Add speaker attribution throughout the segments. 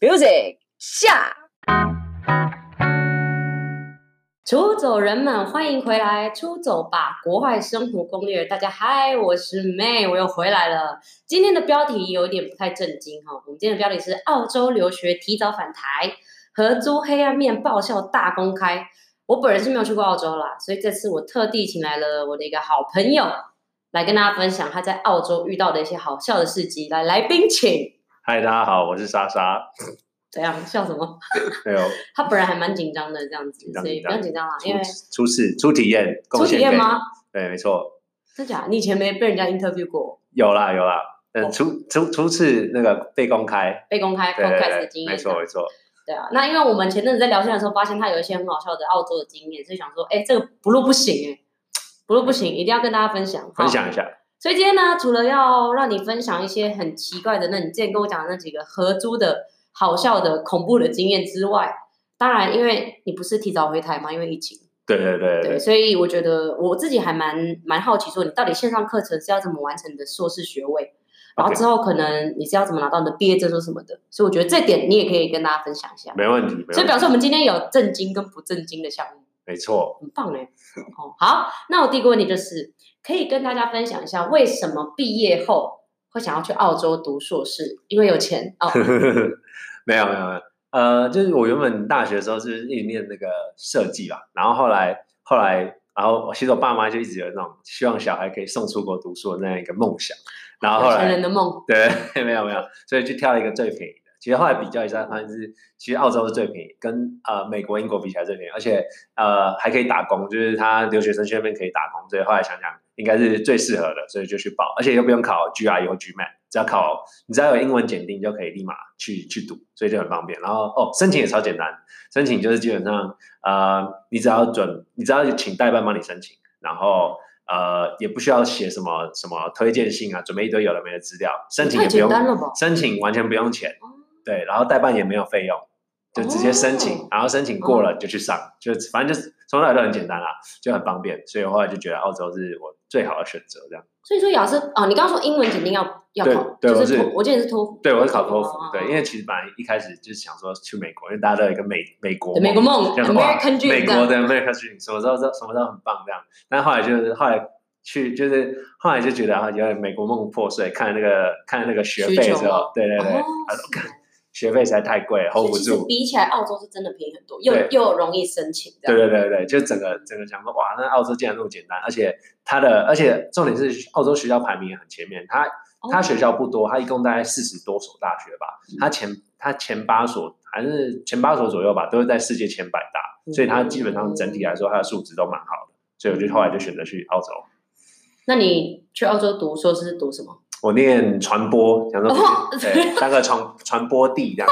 Speaker 1: Music 下。出走人们，欢迎回来！出走吧，国外生活攻略。大家嗨，我是 May，我又回来了。今天的标题有点不太正经哈、我们今天的标题是澳洲留学提早返台，合租黑暗面爆笑大公开。我本人是没有去过澳洲啦，所以这次我特地请来了我的一个好朋友来跟大家分享他在澳洲遇到的一些好笑的事迹。来，来宾请。
Speaker 2: 嗨，大家好，我是莎莎。哎
Speaker 1: 怎样笑什么？
Speaker 2: 没有
Speaker 1: 他本人还蛮紧张的这样子
Speaker 2: 紧，张
Speaker 1: 所以
Speaker 2: 紧
Speaker 1: 不
Speaker 2: 张
Speaker 1: 要紧张啦， 因为
Speaker 2: 初初次初体验，
Speaker 1: 初
Speaker 2: 贡
Speaker 1: 体
Speaker 2: 献
Speaker 1: 验
Speaker 2: 给
Speaker 1: 吗？
Speaker 2: 对，没错，
Speaker 1: 真假？你以前没被人家 interview 过，
Speaker 2: 有啦有啦。
Speaker 1: 哦
Speaker 2: 嗯，初初初次那个被公开，
Speaker 1: 被公开
Speaker 2: 对
Speaker 1: podcast 的
Speaker 2: 对
Speaker 1: 经验？
Speaker 2: 对，没错没错，
Speaker 1: 对啊，那因为我们前阵子在聊天的时候，发现他有一些很好笑的澳洲的经验，所以想说，哎，这个不录不行哎，不录不行，一定要跟大家分享。
Speaker 2: 嗯分
Speaker 1: 好
Speaker 2: 享一下。
Speaker 1: 所以今天呢，除了要让你分享一些很奇怪的，那你之前跟我讲的那几个合租的好笑的、恐怖的经验之外，当然，因为你不是提早回台嘛，因为疫情。
Speaker 2: 对对对
Speaker 1: 对，
Speaker 2: 对，
Speaker 1: 所以我觉得我自己还蛮蛮好奇，说你到底线上课程是要怎么完成你的硕士学位，然后
Speaker 2: OK
Speaker 1: 之后可能你是要怎么拿到你的毕业证书什么的，所以我觉得这点你也可以跟大家分享一下。
Speaker 2: 没问题，没
Speaker 1: 所以
Speaker 2: 问题，
Speaker 1: 表示我们今天有正经跟不正经的项目，
Speaker 2: 没错。
Speaker 1: 很棒哎。哦，好，那我第一个问题就是，可以跟大家分享一下为什么毕业后会想要去澳洲读硕士？因为有钱 哦，
Speaker 2: 没有没有没有，呃，就是我原本大学的时候就是一直念那个设计啦，然后后来后来，然后其实我爸妈就一直有那种希望小孩可以送出国读书的那样一个梦想，然后后
Speaker 1: 有钱
Speaker 2: 来
Speaker 1: 人的梦。
Speaker 2: 对， 没有没有，所以就挑了一个最便宜的。其实后来比较一下，发现是其实澳洲是最便宜，跟呃美国、英国比起来最便宜，而且呃还可以打工，就是他留学生去那边可以打工，所以后来想想应该是最适合的，所以就去报，而且又不用考 GRE 或 GMAT，只要考你只要有英文检定就可以立马去去读，所以就很方便。然后哦，申请也超简单，申请就是基本上呃你只要准，你只要请代办帮你申请，然后。呃，也不需要写什么什么推荐信啊，准备一堆有的没的资料，申请
Speaker 1: 太
Speaker 2: 也不
Speaker 1: 简
Speaker 2: 用
Speaker 1: 单了吧？
Speaker 2: 申请完全不用钱
Speaker 1: 哦，
Speaker 2: 对，然后代办也没有费用，就直接申请，
Speaker 1: 哦
Speaker 2: 然后申请过了就去上，就反正就是从头到尾都很简单啦，就很方便，所以我后来就觉得澳洲是我最好的选择，这样。
Speaker 1: 所以说雅思哦，你刚刚说英文肯定要要
Speaker 2: 对
Speaker 1: 考，
Speaker 2: 对
Speaker 1: 就
Speaker 2: 我
Speaker 1: 是
Speaker 2: 是
Speaker 1: 托，我记得你是托福，
Speaker 2: 对，我是考托
Speaker 1: 哦
Speaker 2: 福，对，因为其实本来一开始就是想说去美国，因为大家都有一个美美国
Speaker 1: 对美国梦
Speaker 2: 这样子哇
Speaker 1: ，American Dream，
Speaker 2: 美
Speaker 1: 这样
Speaker 2: 国的 American Dream 什么时候什么时候很棒这样，但后来就是后来去就是后来就觉得啊，有点美国梦破碎，看那个看那个学
Speaker 1: 需
Speaker 2: 费
Speaker 1: 求
Speaker 2: 之后
Speaker 1: 吗，
Speaker 2: 对对对，
Speaker 1: 哦
Speaker 2: 啊
Speaker 1: 是哦
Speaker 2: 学费实在太贵了
Speaker 1: 所
Speaker 2: ，hold
Speaker 1: 以
Speaker 2: 不
Speaker 1: 其实
Speaker 2: 住。
Speaker 1: 比起来，澳洲是真的便宜很多，又
Speaker 2: 对
Speaker 1: 又容易申请这
Speaker 2: 对
Speaker 1: 样。
Speaker 2: 对对对，就整个整个想说，哇，那澳洲竟然那么简单，而且它的，而且重点是澳洲学校排名也很前面，它
Speaker 1: 哦嗯
Speaker 2: 它学校不多，它一共大概四十多所大学吧，它前它前八所还是前八所左右吧，都是在世界前百大，
Speaker 1: 嗯
Speaker 2: 所以它基本上整体啊来说它的素质都蛮好的，所以我就后来就选择去澳洲，
Speaker 1: 那你去澳洲读硕士是读什么？
Speaker 2: 我念传播，想说
Speaker 1: 哦
Speaker 2: 对当个传传播帝这样，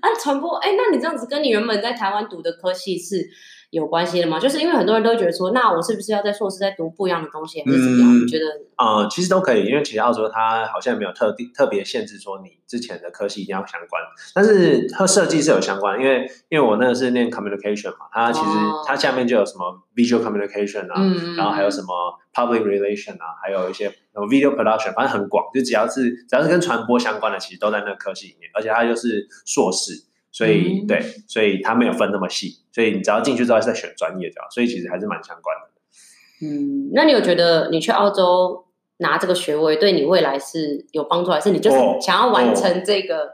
Speaker 1: 啊，传播，哎，那你这样子跟你原本在台湾读的科系是有关系的吗？就是因为很多人都会觉得说，那我是不是要在硕士再读不一样的东西，还是怎么样？
Speaker 2: 嗯
Speaker 1: 你觉得
Speaker 2: 呃，其实都可以，因为其实澳洲它好像没有特地特别限制说你之前的科系一定要相关，但是它设计是有相关，因为因为我那个是念 communication 嘛，它其实
Speaker 1: 哦
Speaker 2: 它下面就有什么 visual communication 啊，
Speaker 1: 嗯，
Speaker 2: 然后还有什么 public relation 啊，还有一些什么 video production，反正很广，就只要是只要是跟传播相关的，其实都在那个科系里面，而且它又是硕士，所以、
Speaker 1: 嗯
Speaker 2: 对，所以它没有分那么细，所以你只要进去之后再选专业就好，所以其实还是蛮相关的。
Speaker 1: 嗯，那你有觉得你去澳洲拿这个学位对你未来是有帮助，还是你就是
Speaker 2: 哦
Speaker 1: 想要完成这个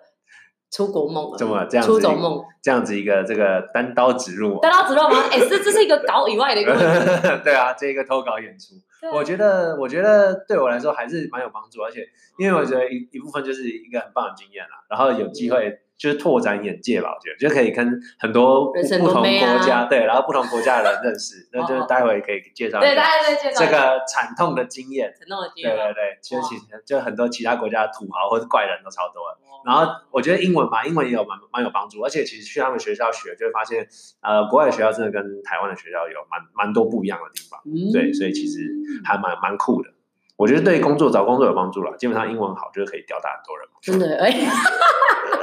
Speaker 1: 出国梦而已？啊
Speaker 2: 怎么这样子
Speaker 1: 出走梦？
Speaker 2: 这样子一个这个单刀直入哦，
Speaker 1: 单刀直入吗？哎，这这是一个搞以外的一个问题。
Speaker 2: 对啊，这一个投稿演出，
Speaker 1: 对
Speaker 2: 我觉得，我觉得对我来说还是蛮有帮助，而且因为我觉得一一部分就是一个很棒的经验啦，然后有机会就是拓展眼界吧，我觉得就可以跟很多不
Speaker 1: 人生
Speaker 2: 不
Speaker 1: 多
Speaker 2: 同
Speaker 1: 妹啊哦
Speaker 2: 国家对，然后不同国家的人认 识，那就是待会可以介绍
Speaker 1: 对，
Speaker 2: 一
Speaker 1: 大家
Speaker 2: 下
Speaker 1: 再介绍
Speaker 2: 这
Speaker 1: 一下
Speaker 2: 个惨痛的经验。
Speaker 1: 承诺的经
Speaker 2: 对
Speaker 1: 验吗。
Speaker 2: 对对，其实
Speaker 1: 哇
Speaker 2: 其实就很多其他国家的土豪或者怪人都超多
Speaker 1: 哦
Speaker 2: 的。然后我觉得英文嘛，英文也有蛮蛮有帮助，而且其实去他们学校学，就会发现，呃，国外的学校真的跟台湾的学校有蛮蛮多不一样的地方，
Speaker 1: 嗯
Speaker 2: 对所以其实还蛮蛮酷的。我觉得对工作找工作有帮助了，基本上英文好就是可以吊打很多 人嘛。
Speaker 1: 真的哎，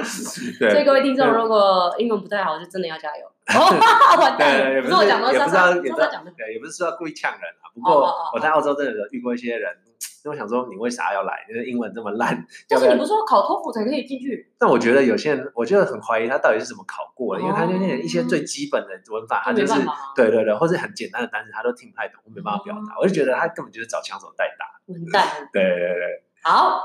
Speaker 1: 所以
Speaker 2: 对，
Speaker 1: 各位听众，如果英文不太好，就真的要 加油。哦，完蛋
Speaker 2: 对，
Speaker 1: 了，
Speaker 2: 也
Speaker 1: 不
Speaker 2: 不
Speaker 1: 是
Speaker 2: 是
Speaker 1: 我讲的，
Speaker 2: 也
Speaker 1: 莎
Speaker 2: 不知道
Speaker 1: 莎
Speaker 2: 也不
Speaker 1: 莎
Speaker 2: 知道
Speaker 1: 莎讲的。
Speaker 2: 对，也不是说故意呛人啊。不
Speaker 1: 哦哦
Speaker 2: 过
Speaker 1: 哦
Speaker 2: 我在澳洲真的有遇过一些人，那我想说，你为啥要来？就是英文这么烂，
Speaker 1: 但
Speaker 2: 要不
Speaker 1: 是
Speaker 2: 要
Speaker 1: 你不是说考托福才可以进去？
Speaker 2: 但我觉得有些人，我就很怀疑他到底是怎么考过的，因为他就那一些
Speaker 1: 哦
Speaker 2: 最基本的文法，他
Speaker 1: 那
Speaker 2: 就
Speaker 1: 没
Speaker 2: 是
Speaker 1: 办法啊
Speaker 2: 对对对，或者很简单的单词他都听不太懂，我没办法表
Speaker 1: 哦
Speaker 2: 达，我就觉得他根本就是找枪手代打。
Speaker 1: 完蛋。
Speaker 2: 对对对，
Speaker 1: 好，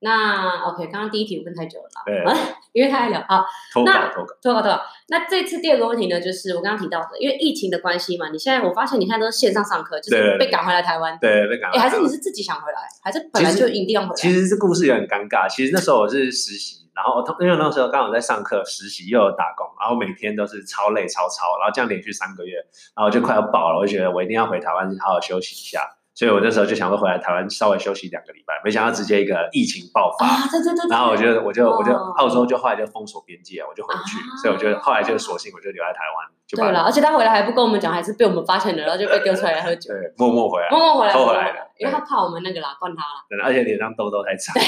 Speaker 1: 那 OK，刚刚第一题我问太久了啦，
Speaker 2: 对
Speaker 1: 因为太聊啊，
Speaker 2: 投
Speaker 1: 那
Speaker 2: 稿投稿，
Speaker 1: 对啊对啊。那这次第二个问题呢，就是我刚刚提到的，因为疫情的关系嘛，你现在我发现你现在都是线上上课，就
Speaker 2: 对对
Speaker 1: 是
Speaker 2: 对
Speaker 1: 被赶回来台湾。
Speaker 2: 对被赶
Speaker 1: 哎，
Speaker 2: 快
Speaker 1: 还是你是自己想回来，还是本来
Speaker 2: 其
Speaker 1: 就
Speaker 2: 实
Speaker 1: 一定要回来？
Speaker 2: 其实这故事有点尴尬。其实那时候我是实习，然后因为那时候刚好在上课实习，又有打工，然后每天都是超累超超，然后这样连续三个月，然后就快要爆了。我就觉得我一定要回台湾好好休息一下，所以我那时候就想说回来台湾稍微休息两个礼拜，没想到直接一个疫情爆发。
Speaker 1: 啊，对对对对。
Speaker 2: 然后我就我就我就
Speaker 1: 哦
Speaker 2: 澳洲就后来就封锁边界，我就回不去，
Speaker 1: 啊
Speaker 2: 所以我就后来就索性我就留在台湾，就
Speaker 1: 对
Speaker 2: 把
Speaker 1: 了，而且他回来还不跟我们讲，还是被我们发现了，然后就被丢出来喝酒。
Speaker 2: 对默默回来，
Speaker 1: 默默回来，
Speaker 2: 偷
Speaker 1: 默
Speaker 2: 回
Speaker 1: 默
Speaker 2: 来
Speaker 1: 回
Speaker 2: 了
Speaker 1: 来，因为他怕我们那个啦，惯他啦。
Speaker 2: 真的而且脸上痘痘太长，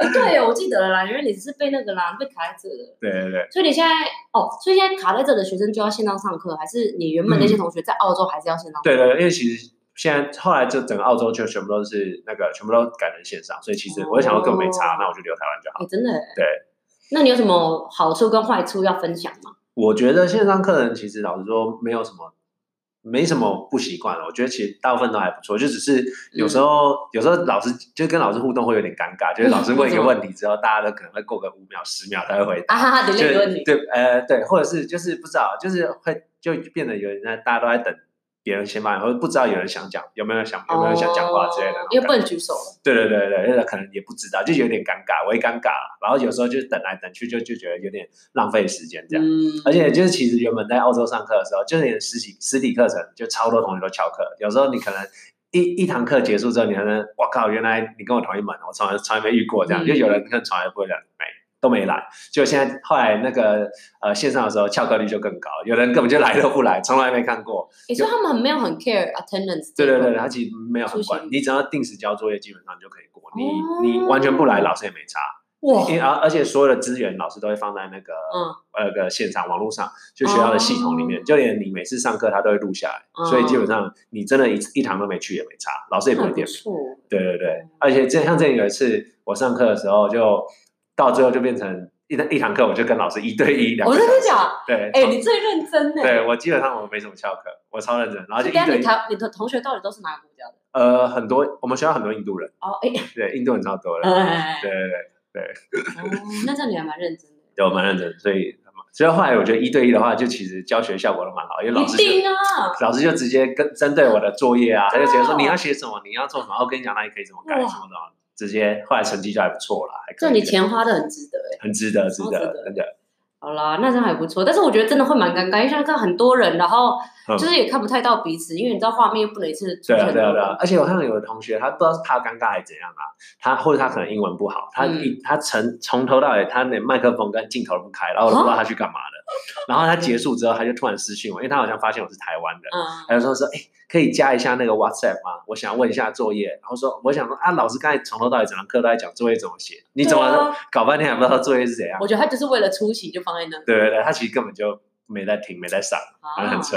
Speaker 1: 哎对，我记得了啦，因为你是被那个啦，被卡在这的。
Speaker 2: 对对对。
Speaker 1: 所以你现在哦，所以现在卡在这的学生就要线上上课，还是你原本那些
Speaker 2: 嗯
Speaker 1: 同学在澳洲还是要线上？
Speaker 2: 对对，对因为其实现在后来就整个澳洲就全部都是那个全部都改成线上，所以其实我就想说更没差，
Speaker 1: 哦
Speaker 2: 那我就留台湾就好。
Speaker 1: 哎，真的。
Speaker 2: 对。
Speaker 1: 那你有什么好处跟坏处要分享 吗？
Speaker 2: 我觉得线上课程其实老实说没有什么。没什么不习惯了，我觉得其实大部分都还不错，就只是有时候、
Speaker 1: 嗯
Speaker 2: 有时候老师就跟老师互动会有点尴尬，就是老师问一个问题之后，大家都可能会过个五秒十秒才会回答。
Speaker 1: 啊哈哈，你
Speaker 2: 就
Speaker 1: 累个问你。
Speaker 2: 对，呃，对，或者是就是不知道，就是会就变得有人在大家都在等别人先发言，或者不知道有人想讲有没有想有没有想讲话之类的
Speaker 1: 哦
Speaker 2: 那
Speaker 1: 因为
Speaker 2: 种感
Speaker 1: 不
Speaker 2: 觉。
Speaker 1: 能举手了。
Speaker 2: 对对对对，那可能也不知道，就有点尴尬，微尴尬了。然后有时候就等来等去，就就觉得有点浪费时间这样。
Speaker 1: 嗯。
Speaker 2: 而且就是其实原本在澳洲上课的时候，就是你的实体实体课程就超多同学都翘课，有时候你可能。一一堂课结束之后，你还能，我靠，原来你跟我同一门，我从来从来没遇过这样，
Speaker 1: 嗯
Speaker 2: 就有人可能从来不会来，没都没来，就现在后来那个呃线上的时候翘课率就更高，有人根本就来都不来，从来没看过。
Speaker 1: 哎，所以他们很没有很 care attendance。
Speaker 2: 对对对，。他其实没有很
Speaker 1: 出席
Speaker 2: 管，你只要定时交作业，基本上就可以过。你、
Speaker 1: 哦
Speaker 2: 你完全不来，老师也没差。
Speaker 1: 哇
Speaker 2: 因。为而啊而且所有的资源老师都会放在那个、
Speaker 1: 嗯哦
Speaker 2: 那个现场网络上，就学校的系统里面，就连你每次上课他都会录下来，所
Speaker 1: 嗯
Speaker 2: 以基本上你真的一一堂都没去也没差，老师也不
Speaker 1: 那很
Speaker 2: 会
Speaker 1: 不
Speaker 2: 点名。
Speaker 1: 错。
Speaker 2: 对对
Speaker 1: 嗯
Speaker 2: 对，而且这像这里有一次我上课的时候就，到最后就变成一堂一堂课，我就跟老师一对一两
Speaker 1: 我
Speaker 2: 个小
Speaker 1: 哦认真
Speaker 2: 时。
Speaker 1: 讲，
Speaker 2: 对，
Speaker 1: 哎，
Speaker 2: 超
Speaker 1: 你最认真呢。
Speaker 2: 对我基本上我没什么翘课，我超认真，然后就
Speaker 1: 对
Speaker 2: 一
Speaker 1: 下
Speaker 2: 对
Speaker 1: 你
Speaker 2: 一。
Speaker 1: 台你的同学到底都是哪个国家的？
Speaker 2: 呃，很多我们学校很多印度人，
Speaker 1: 哦，哎，
Speaker 2: 对，印度人超多 的，
Speaker 1: 哎，
Speaker 2: 对对对。
Speaker 1: 哦，那这样你还蛮认真的。
Speaker 2: 对，我蛮认真，所以所以后来我觉得一对一的话，就其实教学效果都蛮好，因为老师
Speaker 1: 一定
Speaker 2: 就
Speaker 1: 啊！
Speaker 2: 老师就直接跟针对我的作业啊，他就直接
Speaker 1: 对
Speaker 2: 说
Speaker 1: 啊
Speaker 2: 你要写什么，你要做什么，哦我跟你讲那你可以怎么改
Speaker 1: 哇
Speaker 2: 什么的，哦直接后来成绩就还不错啦，还可
Speaker 1: 这
Speaker 2: 以，
Speaker 1: 你钱花的很值得哎。
Speaker 2: 很值得，值
Speaker 1: 超值
Speaker 2: 得
Speaker 1: 得，
Speaker 2: 真的，
Speaker 1: 好啦，那这样还不错，但是我觉得真的会蛮尴尬，因为像看很多人，然后
Speaker 2: 嗯
Speaker 1: 就是也看不太到彼此，因为你知道画面又不能一次出现
Speaker 2: 对
Speaker 1: 很
Speaker 2: 啊
Speaker 1: 多
Speaker 2: 对啊对
Speaker 1: 人
Speaker 2: 啊，而且我看到有的同学他不知道是怕尴尬还是怎样啊，他或者他可能英文不好，他
Speaker 1: 嗯
Speaker 2: 一、他从从头到尾他连麦克风跟镜头都不开，然后我都不知
Speaker 1: 啊
Speaker 2: 道他去干嘛的，然后他结束之后他就突然私信我，因为他好像发现我是台湾人。
Speaker 1: 嗯，
Speaker 2: 还有说说，哎、可以加一下那个 WhatsApp 吗？我想问一下作业。然后说，我想说啊，老师刚才从头到尾整堂课都在讲作业怎么写，你怎么、
Speaker 1: 对啊
Speaker 2: 搞半天还不知道作业是怎样？
Speaker 1: 我觉得他就是为了出席就放在那，
Speaker 2: 对对对，他其实根本就没在听，没在上，反
Speaker 1: 啊
Speaker 2: 正 很扯，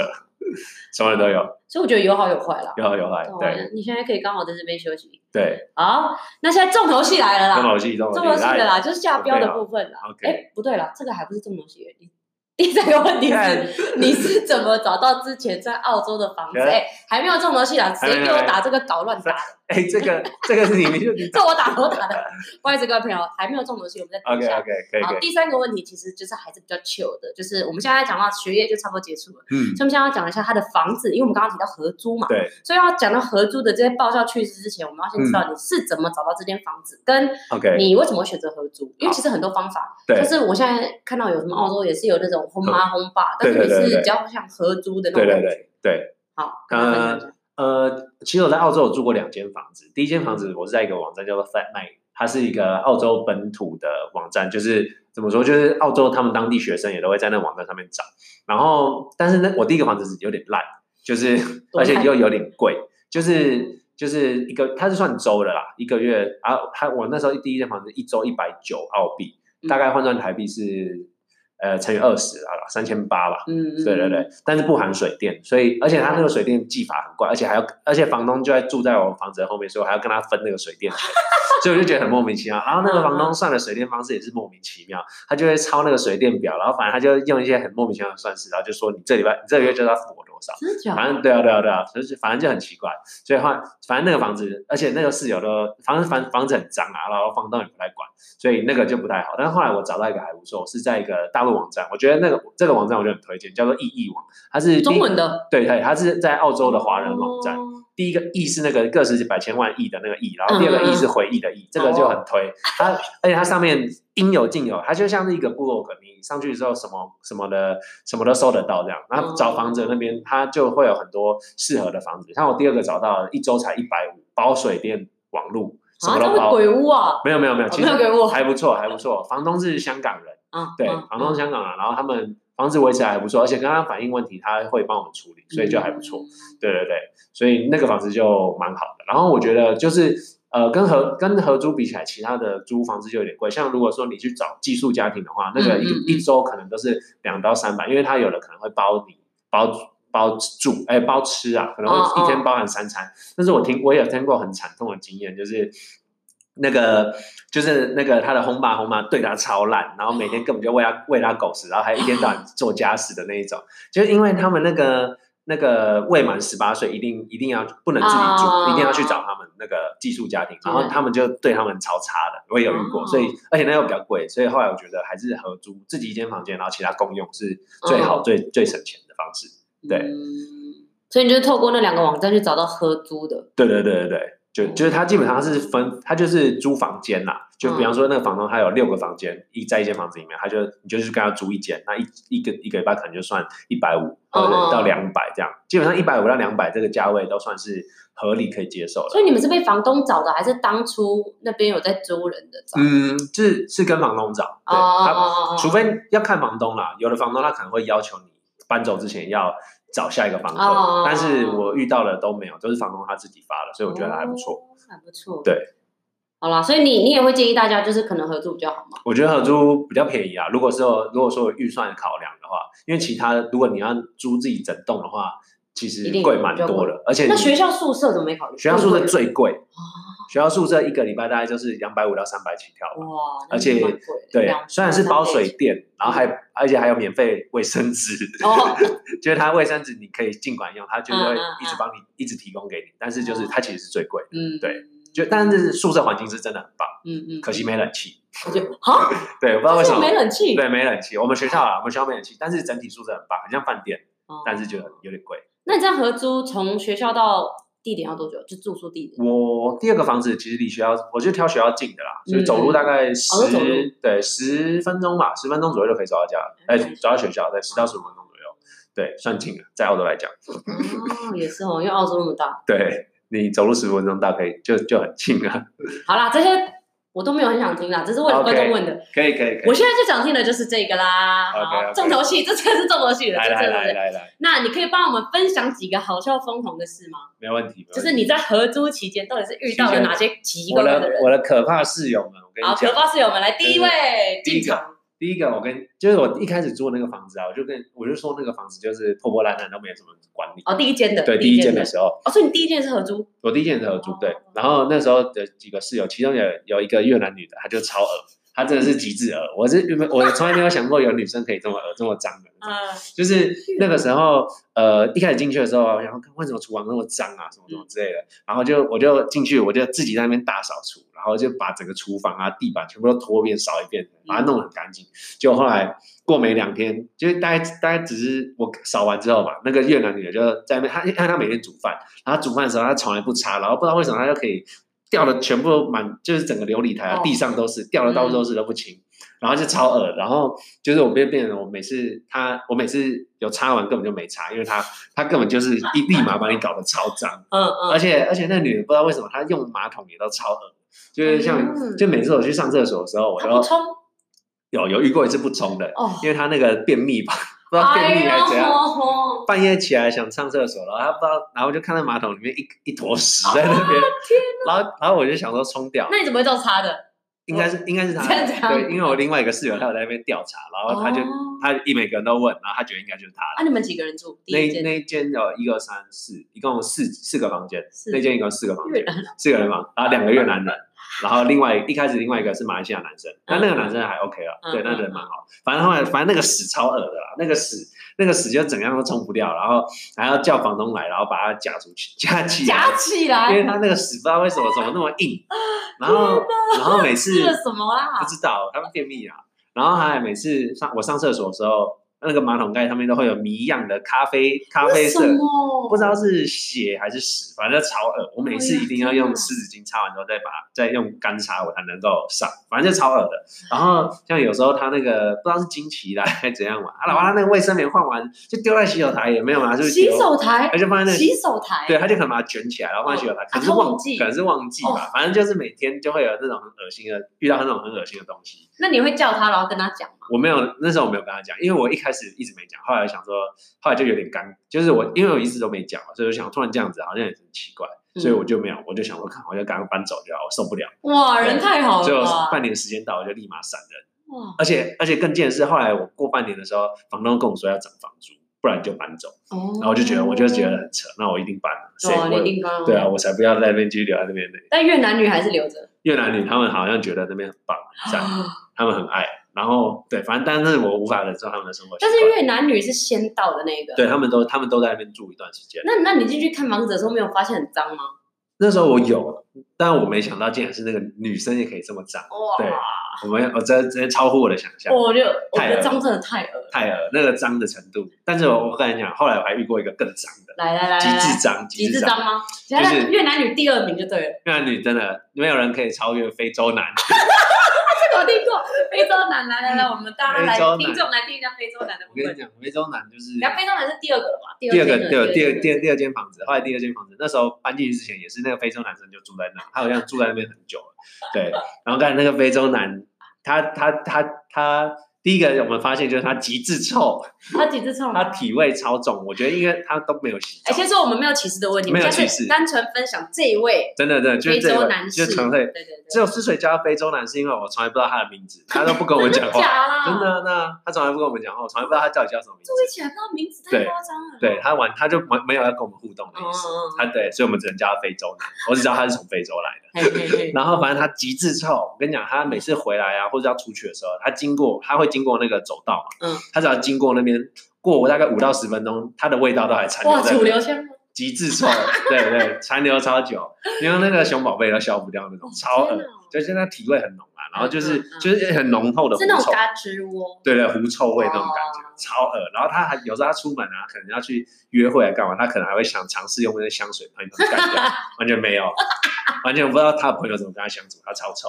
Speaker 2: 什么人都有，
Speaker 1: 所以我觉得有好有坏啦。哦
Speaker 2: 有好有坏。对
Speaker 1: 对，你现在可以刚好在这边休息。
Speaker 2: 对，
Speaker 1: 好，那现在重头戏来了
Speaker 2: 中
Speaker 1: 啦，
Speaker 2: 头戏，中
Speaker 1: 重头
Speaker 2: 头
Speaker 1: 戏
Speaker 2: 戏，
Speaker 1: 的
Speaker 2: 来
Speaker 1: 啦，就是下标的部分啦。
Speaker 2: 哎 OK
Speaker 1: 哎，不对啦，这个还不是重头戏。你第三个问题是，你是怎么找到之前在澳洲的 房子？
Speaker 2: 哎
Speaker 1: 哎，还没有重头戏啦，直接给我
Speaker 2: 还没
Speaker 1: 打这个搞乱打的，
Speaker 2: 哎、这个这个是你 们就你
Speaker 1: 这我打的我打的。不好意思，各位朋友，还没有重头戏，我们再等一
Speaker 2: OK
Speaker 1: 下。
Speaker 2: OK 可以
Speaker 1: 好
Speaker 2: 可，以，
Speaker 1: 第三个问题其实就是还是比较 chill 的，就是我们现在讲到学业就差不多结束了，
Speaker 2: 嗯
Speaker 1: 所以我们现在要讲一下他的房子，因为我们刚刚提到合租嘛，
Speaker 2: 对
Speaker 1: 所以要讲到合租的这些爆笑趣事之前，我们要先知
Speaker 2: 嗯
Speaker 1: 道你是怎么找到这间房子，跟
Speaker 2: OK
Speaker 1: 你为什么会选择合租，因为其实很多方法，
Speaker 2: 对嗯
Speaker 1: 就。是我现在看到有什么澳洲也是有那种轰妈轰爸，但是
Speaker 2: 对
Speaker 1: 你
Speaker 2: 对对
Speaker 1: 是
Speaker 2: 对
Speaker 1: 比较像合租的那种
Speaker 2: 对对
Speaker 1: 感觉，
Speaker 2: 对对，
Speaker 1: 好，跟
Speaker 2: 呃
Speaker 1: 大家分享一下
Speaker 2: 呃，其实我在澳洲有住过两间房子，第一间房
Speaker 1: 嗯
Speaker 2: 子我是在一个网站叫做 Flatmate，它是一个澳洲本土的网站，就是怎么说，就是澳洲他们当地学生也都会在那网站上面找。然后，但是呢，我第一个房子有点烂，就是
Speaker 1: 多
Speaker 2: 而且
Speaker 1: 烂
Speaker 2: 又有点贵，就是就是一个它是算周的啦，一个月
Speaker 1: 嗯
Speaker 2: 啊，它我那时候第一间房子一周一百九澳币，大概换算台币是呃乘以二十啊，三千八吧。
Speaker 1: 嗯，
Speaker 2: 对对对，但是不含水电，所以而且他那个水电技法很怪，而且还要，而且房东就在住在我房子的后面，所以我还要跟他分那个水电 钱，所以我就觉得很莫名其妙。然后那个房东算的水电方式也是莫名其妙，他就会抄那个水电表，然后反正他就用一些很莫名其妙的算式，然后就说你这礼拜你这个月就要付我多少，
Speaker 1: 真的假的？
Speaker 2: 反正对啊对啊对啊，就是反正就很奇怪。所以话，反正那个房子，而且那个室友都房子房房子很脏啊，然后房东也不太管，所以那个就不太好。但是后来我找到一个还不错，是在一个大陆网站，我觉得那个这个网站我就很推荐，叫做意义网，它是第
Speaker 1: 中文的
Speaker 2: 对对，它是在澳洲的华人网站。
Speaker 1: 哦
Speaker 2: 第一个亿是那个个十百千万亿的那个亿，然后第二
Speaker 1: 嗯
Speaker 2: 个亿是回忆的忆，这个就很
Speaker 1: 哦
Speaker 2: 推。它而且它上面应有尽有，它就像是一个部落格，你上去之后什么什么的什么都搜得到这样。
Speaker 1: 哦
Speaker 2: 然后找房子那边，它就会有很多适合的房子。像我第二个找到了一周才一百五，包水电、网路什
Speaker 1: 啊，
Speaker 2: 么
Speaker 1: 这
Speaker 2: 都
Speaker 1: 会
Speaker 2: 包。
Speaker 1: 鬼屋啊！
Speaker 2: 没有没有没有，
Speaker 1: 哦
Speaker 2: 其实
Speaker 1: 没有给我
Speaker 2: 还不错还不错。房东是香港人，
Speaker 1: 啊，
Speaker 2: 对，
Speaker 1: 啊
Speaker 2: 房东是香港人，然后他们房子维持得还不错，而且刚刚反映问题，他会帮我们处理，所以就还不
Speaker 1: 嗯
Speaker 2: 错。。对对对，所以那个房子就蛮好的。然后我觉得就是呃，跟合跟合租比起来，其他的租房子就有点贵。像如果说你去找寄宿家庭的话，那个
Speaker 1: 嗯
Speaker 2: 一、
Speaker 1: 嗯嗯
Speaker 2: 一周可能都是两到三百，因为它有的可能会包你包包住，哎，包吃啊，可能
Speaker 1: 哦
Speaker 2: 会
Speaker 1: 哦
Speaker 2: 一天包含三餐。但是我听我也有听过很惨痛的经验，就是。那个就是那个他的轰爸轰妈对他超烂，然后每天根本就喂他喂他狗食，然后还一天到晚做家事的那一种。就是因为他们那个那个未满十八岁，一定一定要不能自己住，
Speaker 1: 啊
Speaker 2: 一定要去找他们那个寄宿家庭，然后
Speaker 1: 对
Speaker 2: 他们就对他们超差的，我也有遇过，
Speaker 1: 哦
Speaker 2: 所以而且那又比较贵，所以后来我觉得还是合租自己一间房间，然后其他共用是最好、
Speaker 1: 哦
Speaker 2: 最最省钱的方式。对
Speaker 1: 嗯所以你就是透过那两个网站去找到合租的，
Speaker 2: 对对对对对。就就是他基本
Speaker 1: 哦
Speaker 2: 上是分，他就是租房间啦。就比方
Speaker 1: 嗯
Speaker 2: 说那个房东他有六个房间，一在一间房子里面，他就你就是跟他租一间，那一一个一个礼拜可能就算一百五或者
Speaker 1: 哦
Speaker 2: 到两百这样，基本上一百五到两百这个价位都算是合理可以接受
Speaker 1: 所
Speaker 2: 的。
Speaker 1: 以你们是被房东找的，还是当初那边有在租人的找？
Speaker 2: 嗯，是是跟房东找，
Speaker 1: 哦
Speaker 2: 对，
Speaker 1: 哦
Speaker 2: 他
Speaker 1: 哦哦，
Speaker 2: 除非要看房东啦，有的房东他可能会要求你搬走之前要找下一个房客，
Speaker 1: 哦
Speaker 2: 但是我遇到的都没有，都是房东他自己发的，所以我觉得还不错。
Speaker 1: 哦，还不错。
Speaker 2: 对，
Speaker 1: 好啦，所以你你也会建议大家就是可能合租比较好嘛？
Speaker 2: 我觉得合租比较便宜啊。如果是有如果说有预算考量的话，因为其他如果你要租自己整栋的话，其
Speaker 1: 一
Speaker 2: 实
Speaker 1: 定
Speaker 2: 贵蛮多的，而且
Speaker 1: 那
Speaker 2: 你
Speaker 1: 学校哦宿舍怎么没考虑？
Speaker 2: 学校宿舍
Speaker 1: 会
Speaker 2: 最贵，
Speaker 1: 不
Speaker 2: 学校宿舍一个礼拜大概就是两百五到三百起跳
Speaker 1: 会
Speaker 2: 吧。
Speaker 1: 哇，那
Speaker 2: 而且
Speaker 1: 蛮贵的
Speaker 2: 对，
Speaker 1: 两
Speaker 2: 虽然是包水
Speaker 1: 两
Speaker 2: 电，然后还而且还有免费卫生纸，
Speaker 1: 哦，
Speaker 2: 就是它卫生纸你可以尽管用，它就会
Speaker 1: 嗯嗯
Speaker 2: 一直帮你一直提供给
Speaker 1: 哦
Speaker 2: 你，但是就是它其实是最贵的，
Speaker 1: 嗯，
Speaker 2: 对，就但是宿舍环境是真的很棒，
Speaker 1: 嗯嗯，
Speaker 2: 可惜没冷气。
Speaker 1: 我觉得啊，
Speaker 2: 对，我不知道为什么
Speaker 1: 没冷气，
Speaker 2: 对，没冷气。我们学校啊，我们学校没冷气，但是整体宿舍很棒，很像饭店，
Speaker 1: 哦，
Speaker 2: 但是就很有点贵。
Speaker 1: 那你这样合租从学校到地点要多久？就住宿地
Speaker 2: 嗯
Speaker 1: 点？
Speaker 2: 我第二个房子其实离学校，我就挑学校近的啦，所以走路大概十、
Speaker 1: 嗯哦走路
Speaker 2: 对十分钟吧，十分钟左右就可以走到家，哎、
Speaker 1: 嗯
Speaker 2: 走到学校，对，十到十五分钟左右，对，算近了，在澳洲来讲，
Speaker 1: 哦，也是哦，因为澳洲那么大。
Speaker 2: 对你走路十分钟大概就就很近了，
Speaker 1: 好啦，这些我都没有很想听啦，这是为了
Speaker 2: OK
Speaker 1: 观众问的。
Speaker 2: 可以可以可
Speaker 1: 我
Speaker 2: 以，
Speaker 1: 现在最想听的就是这个啦。
Speaker 2: OK，OK
Speaker 1: 好，重头戏，这才是重头戏了。
Speaker 2: 来来
Speaker 1: 这真的
Speaker 2: 来
Speaker 1: 是。
Speaker 2: 来来，
Speaker 1: 那你可以帮我们分享几个好笑疯狂的事吗？
Speaker 2: 没问题，没问题
Speaker 1: 就是你在合租期间到底是遇到了哪些奇奇怪
Speaker 2: 我
Speaker 1: 怪的
Speaker 2: 的
Speaker 1: 人？啊
Speaker 2: 我的可怕室友们，我跟你
Speaker 1: 好，
Speaker 2: 讲
Speaker 1: 可。巴室友们来第一位
Speaker 2: 对对
Speaker 1: 进场。
Speaker 2: 第一个，我跟就是我一开始租的那个房子啊，我就跟我就说那个房子就是破破烂烂，都没有什么管理。
Speaker 1: 哦，第一间的，
Speaker 2: 对，第一
Speaker 1: 一
Speaker 2: 间
Speaker 1: 间
Speaker 2: 的。时候，
Speaker 1: 哦，所以你第一间是合租，
Speaker 2: 我第一间是合租，对
Speaker 1: 哦。
Speaker 2: 然后那时候的几个室友，其中有有一个越南女的，她就超恶，她真的是极致恶。我是我从来没有想过有女生可以这么恶，这么脏的。
Speaker 1: 嗯，
Speaker 2: 就是那个时候，呃，一开始进去的时候，然后看为什么厨房那么脏啊，什么什么之类的，然后就我就进去，我就自己在那边大扫除，然后就把整个厨房啊、地板全部都拖一遍、扫一遍，把它弄得很干净。结果后来过没两天，就是大概大概只是我扫完之后吧，那个越南女的就在那边，她因为她每天煮饭，然后煮饭的时候她从来不擦，然后不知道为什么她就可以掉的全部都满，就是整个琉璃台啊、
Speaker 1: 哦
Speaker 2: 地上都是，掉的
Speaker 1: 嗯
Speaker 2: 到处都是都不清。然后就超恶，然后就是我变变成我每次她，我每次有擦完根本就没擦，因为她她根本就是一立马把你搞得超脏，
Speaker 1: 嗯 嗯，
Speaker 2: 而且而且那女的不知道为什么她用马桶也都超恶，就是像、
Speaker 1: 嗯
Speaker 2: 就每次我去上厕所的时候，我
Speaker 1: 他 不
Speaker 2: 都
Speaker 1: 冲
Speaker 2: 有有遇过一次不冲的，
Speaker 1: 哦，
Speaker 2: 因为她那个便秘吧，不知道便秘还是怎
Speaker 1: 哎
Speaker 2: 样。
Speaker 1: 呦吼
Speaker 2: 半夜起来想上厕所，然后她不知道，然后就看到马桶
Speaker 1: 哦
Speaker 2: 里面一一坨屎在那边，然后然后我就想说冲掉，
Speaker 1: 那你怎么会照擦的？
Speaker 2: 应该是应该是他
Speaker 1: 这样讲
Speaker 2: 对，因为我另外一个室友他有在那边调查，然后他就、
Speaker 1: 哦
Speaker 2: 他一每个人都问，然后他觉得应该就是他的。
Speaker 1: 啊，你们几个人住？第
Speaker 2: 那
Speaker 1: 一间
Speaker 2: 那一间有一二三四，一共四四个房间，
Speaker 1: 是
Speaker 2: 那间一共四个房
Speaker 1: 越
Speaker 2: 间，
Speaker 1: 南
Speaker 2: 四个 人房，然后两个越南人，然后另外一开始另外一个是马来西亚男生，那
Speaker 1: 嗯
Speaker 2: 那个男生还 OK 了，
Speaker 1: 嗯
Speaker 2: 对，
Speaker 1: 嗯
Speaker 2: 那人蛮好，反正后来反正那个屎超恶的啦，那个屎那个屎就怎样都冲不掉，然后还要叫房东来，然后把它夹出去，夹起来，
Speaker 1: 夹起
Speaker 2: 因
Speaker 1: 来，
Speaker 2: 为他那个屎不知道为什么怎么那么硬，然 后然后每次
Speaker 1: 吃了什么啦
Speaker 2: 不？知道他们便秘啊，然后还每次上我上厕所的时候，那个马桶盖上面都会有谜一样的咖啡咖啡
Speaker 1: 为什
Speaker 2: 色。
Speaker 1: 么？
Speaker 2: 不知道是血还是屎，反正超恶。我每次一定要
Speaker 1: 哎呀天哪
Speaker 2: 用湿纸巾擦完之后，再把再用干擦，我才能够上。反正就超恶的。然后像有时候他那个不知道是惊奇来还是怎样嘛， 啊，老王他那个卫生棉换完就丢在洗手台，也没有拿出去
Speaker 1: 洗
Speaker 2: 丢，
Speaker 1: 手台
Speaker 2: 他，就放在那里。
Speaker 1: 洗手台，
Speaker 2: 对，他啊就可能把它卷起来，然后放在洗手台，可能是
Speaker 1: 他忘
Speaker 2: 忘
Speaker 1: 记哦
Speaker 2: 可能是忘记吧，反正就是每天就会有那种很恶心的，遇到那种很恶心的东西。
Speaker 1: 那你会叫他，然后跟他讲吗？
Speaker 2: 我没有，那时候我没有跟他讲，因为我一开始一直没讲，后来想说，后来就有点尴，就是我因为我一直都没讲嘛，所以我想突然这样子好像也很奇怪，
Speaker 1: 嗯
Speaker 2: 所以我就没有，我就想说，看我就赶快搬走就好，我受不了，
Speaker 1: 哇，人太好
Speaker 2: 所以
Speaker 1: 了
Speaker 2: 我
Speaker 1: 吧！
Speaker 2: 半年时间到，我就立马闪人，
Speaker 1: 哇，
Speaker 2: 而且而且更贱的是，后来我过半年的时候，房东跟我说要涨房租，不然就搬走，
Speaker 1: 然
Speaker 2: 然后我就觉得我就觉得很扯，那我一定搬了，谁
Speaker 1: 哦哇，你
Speaker 2: 我
Speaker 1: 定刚
Speaker 2: 对啊，，我才不要在那边继续留在那边呢。
Speaker 1: 但越南女还是留着，
Speaker 2: 越南女他们好像觉得那边很棒，很赞，他们很爱，然后对，反正但是我无法忍受他们的生活习
Speaker 1: 但
Speaker 2: 惯，
Speaker 1: 是越南女是先到的那个。
Speaker 2: 对他们都他们都在那边住一段时间。
Speaker 1: 那那你进去看房子的时候，没有发现很脏吗？
Speaker 2: 那时候我有，但我没想到竟然是那个女生也可以这么脏，
Speaker 1: 哇，
Speaker 2: 对我们我真真的超乎我的想象，
Speaker 1: 我就我觉
Speaker 2: 太恶
Speaker 1: 得脏真的太恶了。
Speaker 2: 太恶那个脏的程度。但是我我跟你讲，后来我还遇过一个更脏的，
Speaker 1: 来来来
Speaker 2: 极
Speaker 1: 来
Speaker 2: 致
Speaker 1: 来，
Speaker 2: 脏，
Speaker 1: 极
Speaker 2: 致
Speaker 1: 致脏。吗？
Speaker 2: 是
Speaker 1: 来来，越南女第二名就对了，
Speaker 2: 越南女真的没有人可以超越非洲男，
Speaker 1: 这个我听过。非洲男，啊来来来，我们大家来
Speaker 2: 非洲男
Speaker 1: 听众来听一下非洲男的部
Speaker 2: 我跟你
Speaker 1: 分。
Speaker 2: 讲，非洲男就是
Speaker 1: 然后非洲男是第二个了嘛？第
Speaker 2: 第二个
Speaker 1: 间的
Speaker 2: 对第二
Speaker 1: 间
Speaker 2: 第二第二间房子，后来第二间房子那时候搬进去之前也是那个非洲男生就住在那，他好像住在那边很久了，对。然后刚才那个非洲男，他他他他第一个我们发现就是他极致臭，
Speaker 1: 他几次冲
Speaker 2: 他
Speaker 1: 了？
Speaker 2: 体味超重，我觉得因为他都没有洗
Speaker 1: 哎，
Speaker 2: 澡，
Speaker 1: 先说我们没有歧视的问题，我
Speaker 2: 没有
Speaker 1: 们就是
Speaker 2: 歧视
Speaker 1: 单纯分享这一位
Speaker 2: 真的真的就是
Speaker 1: 非
Speaker 2: 这
Speaker 1: 洲
Speaker 2: 个
Speaker 1: 男
Speaker 2: 就
Speaker 1: 士。
Speaker 2: 纯
Speaker 1: 对
Speaker 2: 粹。
Speaker 1: 对对，
Speaker 2: 只有之所以叫他非洲男，是因为我从来不知道他的名字，他都不跟我讲话，
Speaker 1: 假啦，
Speaker 2: 真的啊那他从来不跟我们讲话，我从来不知道他到底叫什么名字
Speaker 1: 住。一起还不知道名字，太
Speaker 2: 对
Speaker 1: 夸张了。
Speaker 2: 对他完，他就完没有要跟我们互动的意思。
Speaker 1: 哦
Speaker 2: 他对，所以我们只能叫他非洲男。我只知道他是从非洲来的。
Speaker 1: 嘿嘿嘿
Speaker 2: 然后反正他极致臭，我跟你讲，他每次回来啊，或者要出去的时候，他经过，他会经过那个走道嘛，
Speaker 1: 嗯，
Speaker 2: 他只要经过那边过大概五到十分钟，他的味道都还残 留
Speaker 1: 哇，
Speaker 2: 在
Speaker 1: 楚
Speaker 2: 那里，
Speaker 1: 留香吗
Speaker 2: 极致 臭，对对，残留超久，因为那个熊宝贝都消不掉那种，超
Speaker 1: 哦天
Speaker 2: 恶，
Speaker 1: 哪
Speaker 2: 就是他体味很浓啊，然后就是、
Speaker 1: 嗯嗯嗯
Speaker 2: 就是很浓厚的
Speaker 1: 是那
Speaker 2: 狐臭
Speaker 1: 种嘎吱窝，
Speaker 2: 对对，狐臭味那种感觉，
Speaker 1: 哦
Speaker 2: 超恶。然后他还有时候他出门啊，可能要去约会啊干嘛，他可能还会想尝试用那个香水喷一喷干掉，完全没有，完全不知道他朋友怎么跟他相处，他超臭。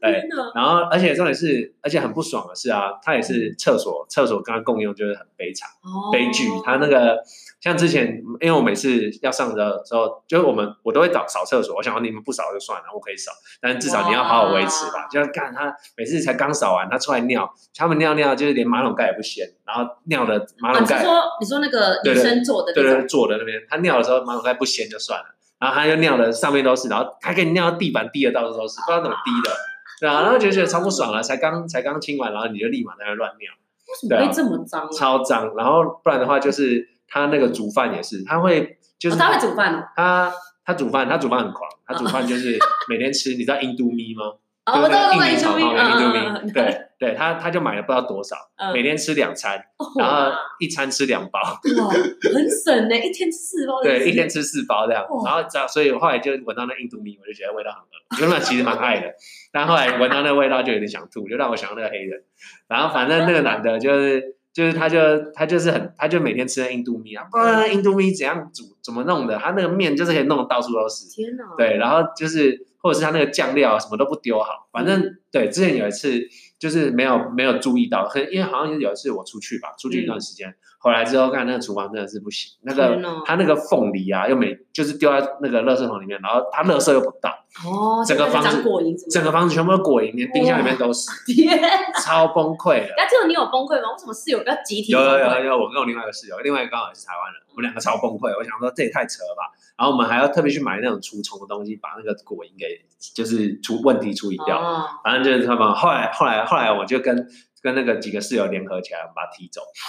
Speaker 2: 对，
Speaker 1: 哦真的
Speaker 2: 然后而且重点是，而且很不爽的是啊，他也是厕所厕所跟他共用，就是很悲惨悲剧。
Speaker 1: 哦
Speaker 2: 他那个像之前，因为我每次要上的时候，就是我们我都会扫扫厕所，我想说你们不扫就算了，我可以扫，但是至少你要好好维持吧
Speaker 1: 哇。
Speaker 2: 就是干他每次才刚扫完，他出来尿，他们尿尿就是连马桶盖也不掀，然后尿的马
Speaker 1: 啊，
Speaker 2: 桶
Speaker 1: 你是
Speaker 2: 盖，
Speaker 1: 说你说那个女生做的
Speaker 2: 对
Speaker 1: 那
Speaker 2: 对，
Speaker 1: 种，
Speaker 2: 坐的那边，他尿的时候马桶盖不掀就算了，然后他就尿的上面都是，然后还给你尿到地板滴的到处都是，不知道怎么滴的。对啊，然后就觉得超不爽了，才刚才刚清完，然后你就立马在那乱尿。
Speaker 1: 为什么会这么脏啊？
Speaker 2: 超脏。然后不然的话，就是他那个煮饭也是，他会就是
Speaker 1: 哦他会煮饭哦，
Speaker 2: 他他煮饭，他煮饭很狂，他煮饭就是每天吃，你知道印度咪吗？
Speaker 1: 哦，我知
Speaker 2: 就是
Speaker 1: 道
Speaker 2: 那
Speaker 1: 我
Speaker 2: 个
Speaker 1: 懂
Speaker 2: 印
Speaker 1: 你
Speaker 2: 尼
Speaker 1: 说
Speaker 2: 炒
Speaker 1: 明，
Speaker 2: 饭，印度咪，
Speaker 1: 嗯嗯嗯
Speaker 2: 对对，他他就买了不知道多少，
Speaker 1: 嗯
Speaker 2: 每天吃两餐，然后
Speaker 1: 哇，
Speaker 2: 一餐吃两包，
Speaker 1: 哇很省呢，一天吃四包，
Speaker 2: 对，一天吃四包这样
Speaker 1: 哇，
Speaker 2: 然后这样，所以我后来就闻到那印度米，我就觉得味道很恶，原本其实蛮爱的，但后来闻到那味道就有点想吐，就让我想到那个黑人。然后反正那个男的就是就是他就他就是很他就每天吃那印度米啊，不知道那印度米怎样煮怎么弄的，他那个面就是可以弄得到处都是，
Speaker 1: 天哪，
Speaker 2: 对，然后就是或者是他那个酱料啊什么都不丢好，反
Speaker 1: 嗯
Speaker 2: 正对，之前有一次就是没有没有注意到，可能因为好像有一次我出去吧，出去一段时间，回来之后看那个厨房真的是不行，那
Speaker 1: 天
Speaker 2: 个
Speaker 1: 哪
Speaker 2: 它那个凤梨啊，又没就是丢在那个垃圾桶里面，然后它垃圾又不倒，
Speaker 1: 哦，
Speaker 2: 整个
Speaker 1: 现在
Speaker 2: 房
Speaker 1: 是
Speaker 2: 子
Speaker 1: 长果蝇，
Speaker 2: 整个房子全部都果蝇，连冰箱里面 都是，
Speaker 1: 天，
Speaker 2: 超崩溃的。
Speaker 1: 那只有你有崩溃吗？为什么室友不要集体
Speaker 2: 有
Speaker 1: 崩
Speaker 2: 有
Speaker 1: 溃？哦
Speaker 2: 有 有，我跟我另外一个室友，另外一个刚好也是台湾人，我们两个超崩溃。我想说这也太扯了吧，然后我们还要特别去买那种除虫的东西，把那个果蝇给就是处问题处理掉。
Speaker 1: 哦，
Speaker 2: 反正就是他们后来后来后来，我就跟跟那个几个室友联合起来，我们把他踢走。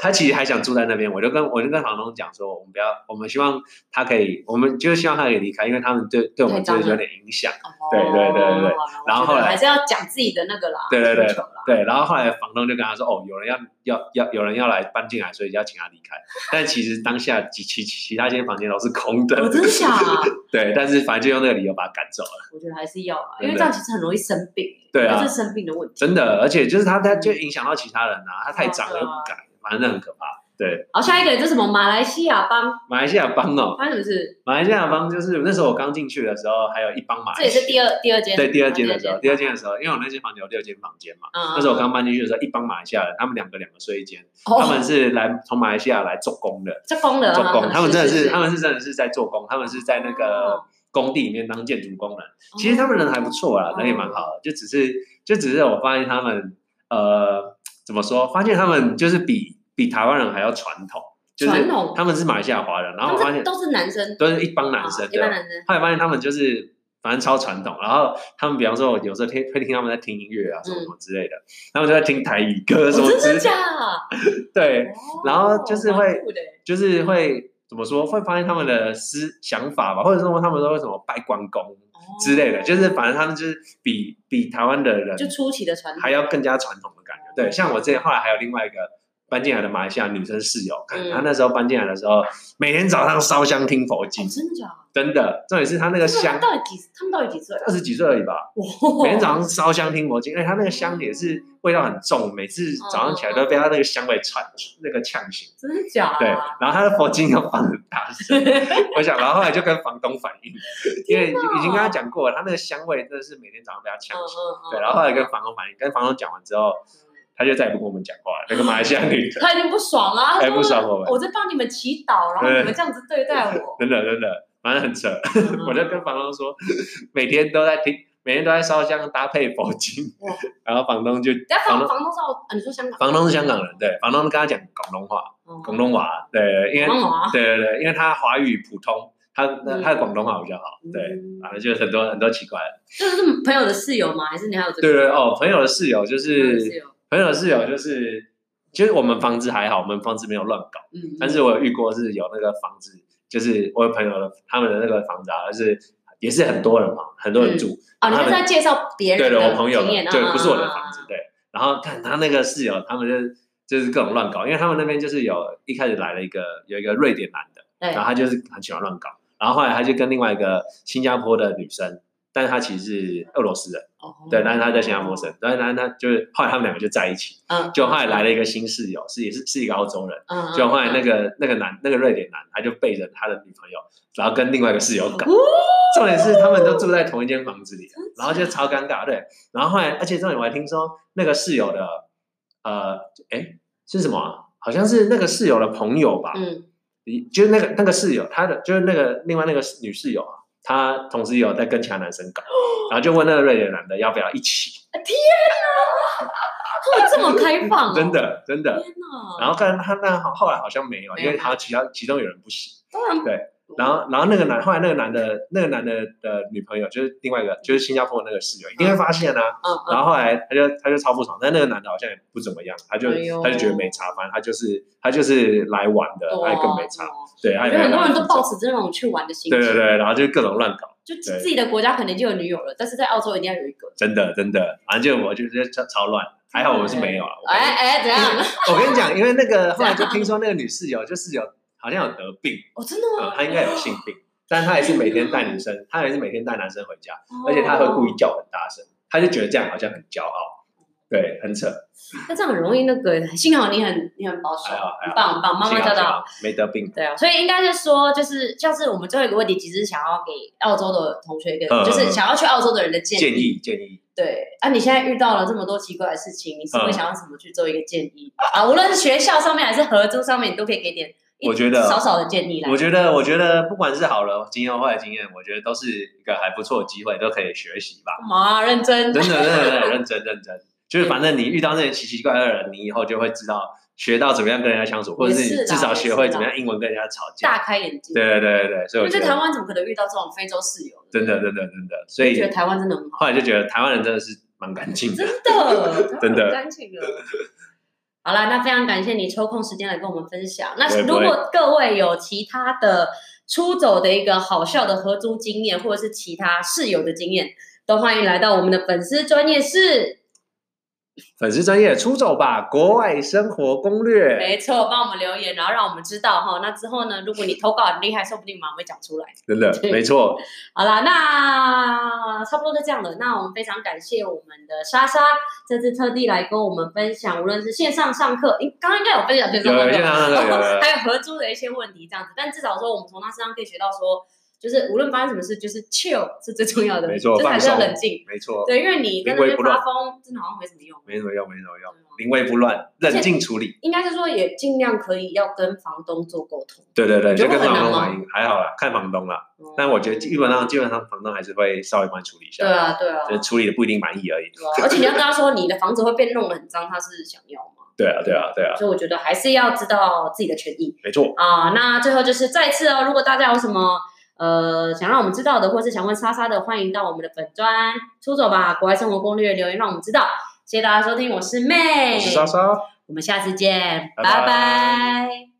Speaker 2: 他其实还想住在那边，我就跟我就跟房东讲说，我们不要，我们希望他可以，我们就是希望他可以离开，因为他们对对我们
Speaker 1: 太
Speaker 2: 就
Speaker 1: 脏
Speaker 2: 是有
Speaker 1: 了
Speaker 2: 点影响。啊
Speaker 1: 哦
Speaker 2: 对对对对
Speaker 1: 好啦
Speaker 2: 然后
Speaker 1: 我觉得
Speaker 2: 后来
Speaker 1: 还是要讲自己的那个啦，
Speaker 2: 对对对
Speaker 1: 需求啦
Speaker 2: 对，然后后来房东就跟他说，哦，有人要要要有人要来搬进来，所以要请他离开。但其实当下其其其他间房间都是空
Speaker 1: 我
Speaker 2: 的，
Speaker 1: 真想啊，
Speaker 2: 对，但是反正就用那个理由把他赶走了。
Speaker 1: 我觉得还是要啦，
Speaker 2: 真的
Speaker 1: 因为这样其实很容易生病，
Speaker 2: 对啊
Speaker 1: 这是生病的问题。
Speaker 2: 真的，而且就是他他就影响到其他人啊，他太脏了又不改，反正很可怕。对，
Speaker 1: 好，下一个人是什么？马来西亚帮，
Speaker 2: 马来西亚帮哦，
Speaker 1: 他是不是？
Speaker 2: 马来西亚帮就是那时候我刚进去的时候，还有一帮马
Speaker 1: 这
Speaker 2: 来
Speaker 1: 也是
Speaker 2: 西亚。
Speaker 1: 第二第二间，
Speaker 2: 对，第二间的时候，第二间
Speaker 1: 间，
Speaker 2: 的时候，因为我那间房间有六间房间嘛，
Speaker 1: 嗯，
Speaker 2: 那时候我刚搬进去的时候，一帮马来西亚人，他们两个两个睡一间，他
Speaker 1: 哦，
Speaker 2: 们是来从马来西亚来做工的，
Speaker 1: 这疯了啊，
Speaker 2: 做工，他们真的是，他
Speaker 1: 们
Speaker 2: 们是真的是在做工，他们是在那个工地里面当建筑工人。
Speaker 1: 哦
Speaker 2: 其实他们人还不错啊啦，人也蛮好的，就只是就只是我发现他们呃怎么说，发现他们就是比比台湾人还要传统，就
Speaker 1: 传
Speaker 2: 是
Speaker 1: 统
Speaker 2: 他们是马来西亚华人，然
Speaker 1: 他
Speaker 2: 后我发
Speaker 1: 们是
Speaker 2: 现
Speaker 1: 都是男生，
Speaker 2: 都是一帮男
Speaker 1: 啊
Speaker 2: 生，
Speaker 1: 一
Speaker 2: 对
Speaker 1: 般
Speaker 2: 吧。
Speaker 1: 男生，
Speaker 2: 后来发现他们就是反正超传统，然后他们比方说，我有时候听会听他们在听音乐啊，什么
Speaker 1: 嗯
Speaker 2: 什么之类的，他们就在听台语歌什么
Speaker 1: 我哦真
Speaker 2: 之
Speaker 1: 的
Speaker 2: 类的，
Speaker 1: 假的？
Speaker 2: 对，然后就是会
Speaker 1: 哦蛮酷的
Speaker 2: 就是会怎么说，会发现他们的思想法吧，或者说他们都会什么拜关公之类的，
Speaker 1: 哦
Speaker 2: 就是反正他们就是比比台湾的人
Speaker 1: 就初期的传统哦
Speaker 2: 还要更加传统的感觉。对，像我之前后来还有另外一个。搬进来的马来西亚女生室友，
Speaker 1: 嗯
Speaker 2: 她那时候搬进来的时候，每天早上烧香听佛经
Speaker 1: 哦，真的假的？
Speaker 2: 真的，重点是她那个
Speaker 1: 这个
Speaker 2: 香
Speaker 1: 他到底几？他们到底几岁啊？
Speaker 2: 二十几岁而已吧，
Speaker 1: 哇
Speaker 2: 每天早上烧香听佛经，而且它那个香也是味道很重，每次早上起来都
Speaker 1: 嗯
Speaker 2: 被它那个香味呛那个呛醒。
Speaker 1: 真的假的？啊
Speaker 2: 对，然后它的佛经又放很 大声，我想，然后后来就跟房东反映，因为已经跟他讲过了，他那个香味真的是每天早上被他呛
Speaker 1: 嗯
Speaker 2: 醒。
Speaker 1: 嗯嗯，
Speaker 2: 对，然后后来跟房东反映，跟房东讲完之后，他就再也不跟我们讲 话了。那个马来西亚女的，
Speaker 1: 他一定不爽啦、啊，
Speaker 2: 哎不爽我
Speaker 1: 我，
Speaker 2: 们
Speaker 1: 在帮你们祈祷，然后
Speaker 2: 对
Speaker 1: 你们这样子对待我，
Speaker 2: 真的真的，反正很扯。
Speaker 1: 嗯
Speaker 2: 我就跟房东说， 每天都在听，每天都在烧香搭配佛经
Speaker 1: 哇，
Speaker 2: 然后房东就
Speaker 1: 但
Speaker 2: 房
Speaker 1: 房
Speaker 2: 东
Speaker 1: 房东是澳啊，你说香港，
Speaker 2: 房东是香港人，对，房东跟他讲广东话，
Speaker 1: 哦，
Speaker 2: 广东话，对，因为
Speaker 1: 广东话，
Speaker 2: 对对对，因为他华语普通，他
Speaker 1: 嗯
Speaker 2: 他的广东话比较好，对，
Speaker 1: 嗯，
Speaker 2: 反正就是很多很多奇怪的，
Speaker 1: 这是朋友的室友吗？还是你还有这
Speaker 2: 对
Speaker 1: 个
Speaker 2: 对哦，朋友的室友就
Speaker 1: 朋友的室
Speaker 2: 是
Speaker 1: 友？
Speaker 2: 朋友的室友就是，其实我们房子还好，我们房子没有乱搞，
Speaker 1: 嗯，
Speaker 2: 但是我有遇过是有那个房子，就是我有朋友的他们的那个房子啊，就是也是很多人嘛，很多人住，
Speaker 1: 哦，你是
Speaker 2: 他们
Speaker 1: 在介绍别
Speaker 2: 对
Speaker 1: 人
Speaker 2: 对，
Speaker 1: 的
Speaker 2: 我朋友的
Speaker 1: 经验，
Speaker 2: 对，
Speaker 1: 啊
Speaker 2: 不是我的房子，对。然后看他那个室友，他们就就是各种乱搞，因为他们那边就是有一开始来了一个有一个瑞典男的，
Speaker 1: 对
Speaker 2: 然后他就是很喜欢乱搞，然后后来他就跟另外一个新加坡的女生，但是他其实是俄罗斯人，
Speaker 1: 哦
Speaker 2: 对，但是他在新加坡生，但是他就是后来他们两个就在一起，
Speaker 1: 嗯，
Speaker 2: 就后来来了一个新室友，是也是是一个澳洲人，
Speaker 1: 嗯，嗯，
Speaker 2: 就后来那
Speaker 1: 嗯
Speaker 2: 个那个男那个瑞典男，他就背着他的女朋友，然后跟另外一个室友搞
Speaker 1: 哦，
Speaker 2: 重点是他们都住在同一间房子里，
Speaker 1: 真
Speaker 2: 然后就超尴尬，对。然后后来，而且重点我还听说那个室友的，呃，哎，是什么啊、好像是那个室友的朋友吧？
Speaker 1: 嗯，
Speaker 2: 你就是那个那个室友，他的就是那个另外那个女室友啊，她同时也有在跟其他男生搞，然后就问那个瑞典男的要不要一起，
Speaker 1: 他们这么开放哦，
Speaker 2: 真的真的。
Speaker 1: 天哪，
Speaker 2: 然后但他那好后来好像没有，
Speaker 1: 没
Speaker 2: 因
Speaker 1: 有
Speaker 2: 为他其他其中有人不行。
Speaker 1: 当然
Speaker 2: 然后，然后那个男，后来那个男的，那个男的的女朋友就是另外一个，就是新加坡的那个室友，一定会发现啊。
Speaker 1: 嗯嗯，
Speaker 2: 然后后来他就他就超不爽，但那个男的好像也不怎么样，他就、
Speaker 1: 哎呦
Speaker 2: 他就觉得没差，反正他就是他就是来玩的，他也更没差，
Speaker 1: 哦
Speaker 2: 对，他
Speaker 1: 我
Speaker 2: 也
Speaker 1: 觉得很
Speaker 2: 没
Speaker 1: 多
Speaker 2: 办
Speaker 1: 人
Speaker 2: 法
Speaker 1: 都抱持这种去玩的心情，
Speaker 2: 对对对，然后就各种乱搞，
Speaker 1: 就
Speaker 2: 对
Speaker 1: 自己的国家可能就有女友了，但是在澳洲一定要有一个。
Speaker 2: 真的真的，反正就我就觉得超超乱，还好我是没有啊。我跟
Speaker 1: 哎哎，怎样？
Speaker 2: 我跟你讲，因为那个后来就听说那个女室友就室友好像有得病，
Speaker 1: 哦，真的
Speaker 2: 呃
Speaker 1: 吗，？
Speaker 2: 她应该有性病，但她也是每天带女生，她也是每天带男生回家，而且她会故意叫很大声，她就觉得这样好像很骄傲，对，很扯，
Speaker 1: 哦。那这样很容易那个，幸好你很你很保守
Speaker 2: 还，好还
Speaker 1: 很
Speaker 2: 好，
Speaker 1: 棒很棒，妈妈
Speaker 2: 幸好
Speaker 1: 教
Speaker 2: 幸
Speaker 1: 导。
Speaker 2: 好没得病。
Speaker 1: 对啊，所以应该是说，就是像是我们最后一个问题，其实是想要给澳洲的同学一个，
Speaker 2: 嗯
Speaker 1: 就是想要去澳洲的人的建
Speaker 2: 建。议建议，
Speaker 1: 对啊，你现在遇到了这么多奇怪的事情，你是会
Speaker 2: 嗯
Speaker 1: 想要怎么去做一个建议、啊？无论是学校上面还是合租上面，你都可以给点一
Speaker 2: 我觉得
Speaker 1: 少少的建议来
Speaker 2: 我。觉得，我觉得不管是好的经验或坏的经验，我觉得都是一个还不错的机会，都可以学习吧。
Speaker 1: 干嘛、啊认真
Speaker 2: 真的，真 的，真的认真认真，就是反正你遇到那些奇奇怪怪的人，你以后就会知道学到怎么样跟人家相处，或者
Speaker 1: 也
Speaker 2: 是
Speaker 1: 是
Speaker 2: 你
Speaker 1: 啦
Speaker 2: 至少学会
Speaker 1: 也是啦
Speaker 2: 怎么样英文跟人家吵架。
Speaker 1: 大开眼界。
Speaker 2: 对对对对对，所以
Speaker 1: 因
Speaker 2: 我
Speaker 1: 为在
Speaker 2: 觉
Speaker 1: 台
Speaker 2: 得
Speaker 1: 湾怎么可能遇到这种非洲室友？
Speaker 2: 真的真的真的，所以
Speaker 1: 觉得台湾真的很好，
Speaker 2: 后来就觉得台湾人真的是蛮干净的。
Speaker 1: 真的，
Speaker 2: 真
Speaker 1: 台
Speaker 2: 的
Speaker 1: 湾很干净了。好啦，那非常感谢你抽空时间来跟我们分享。那
Speaker 2: 不会
Speaker 1: 如
Speaker 2: 不会
Speaker 1: 果各位有其他的出走的一个好笑的合租经验，或者是其他室友的经验，都欢迎来到我们的粉丝专业室。
Speaker 2: 粉丝专业出走吧，国外生活攻略，
Speaker 1: 没错，帮我们留言，然后让我们知道哈。那之后呢，如果你投稿很厉害，说不定马上会讲出来。
Speaker 2: 真的
Speaker 1: 对
Speaker 2: 没错。
Speaker 1: 好啦，那差不多就这样了。那我们非常感谢我们的莎莎，这次特地来跟我们分享，无论是线上上课，诶刚刚应该有分享线
Speaker 2: 有
Speaker 1: 上上
Speaker 2: 有线
Speaker 1: 课，
Speaker 2: 上 那个有有有
Speaker 1: 还有合租的一些问题这样子。但至少说，我们从她身上可以学到说，就是无论发生什么事，就是 chill 是最重要的，
Speaker 2: 没错
Speaker 1: 就是还是要
Speaker 2: 放松
Speaker 1: 冷静。
Speaker 2: 没错，
Speaker 1: 对，因为你在那边
Speaker 2: 临危不乱
Speaker 1: 发疯，真的好像没什么用。
Speaker 2: 没什么用，没什么用，临危不乱，冷静处理。
Speaker 1: 应该是说，也尽量可以要跟房东做沟通。
Speaker 2: 对对对，
Speaker 1: 觉
Speaker 2: 就
Speaker 1: 得
Speaker 2: 跟
Speaker 1: 会很
Speaker 2: 房
Speaker 1: 难
Speaker 2: 东
Speaker 1: 吗
Speaker 2: 反映还好啦，看房东啦。但我觉得基本上基本上房东还是会稍微帮你处理一下，
Speaker 1: 对啊，对啊，
Speaker 2: 就
Speaker 1: 对
Speaker 2: 是处理的不一定满意而已。
Speaker 1: 啊，而且你要跟他说你的房子会被弄得很脏，他是想要吗？
Speaker 2: 对啊，对啊，对啊，
Speaker 1: 所以我觉得还是要知道自己的权益
Speaker 2: 没错。
Speaker 1: 啊、那最后就是再次哦，如果大家有什么呃想让我们知道的，或是想问莎莎的，欢迎到我们的粉专出走吧国外生活攻略留言让我们知道。谢谢大家收听，我是妹，
Speaker 2: 我是莎莎。
Speaker 1: 我们下次见，拜
Speaker 2: 拜拜
Speaker 1: 拜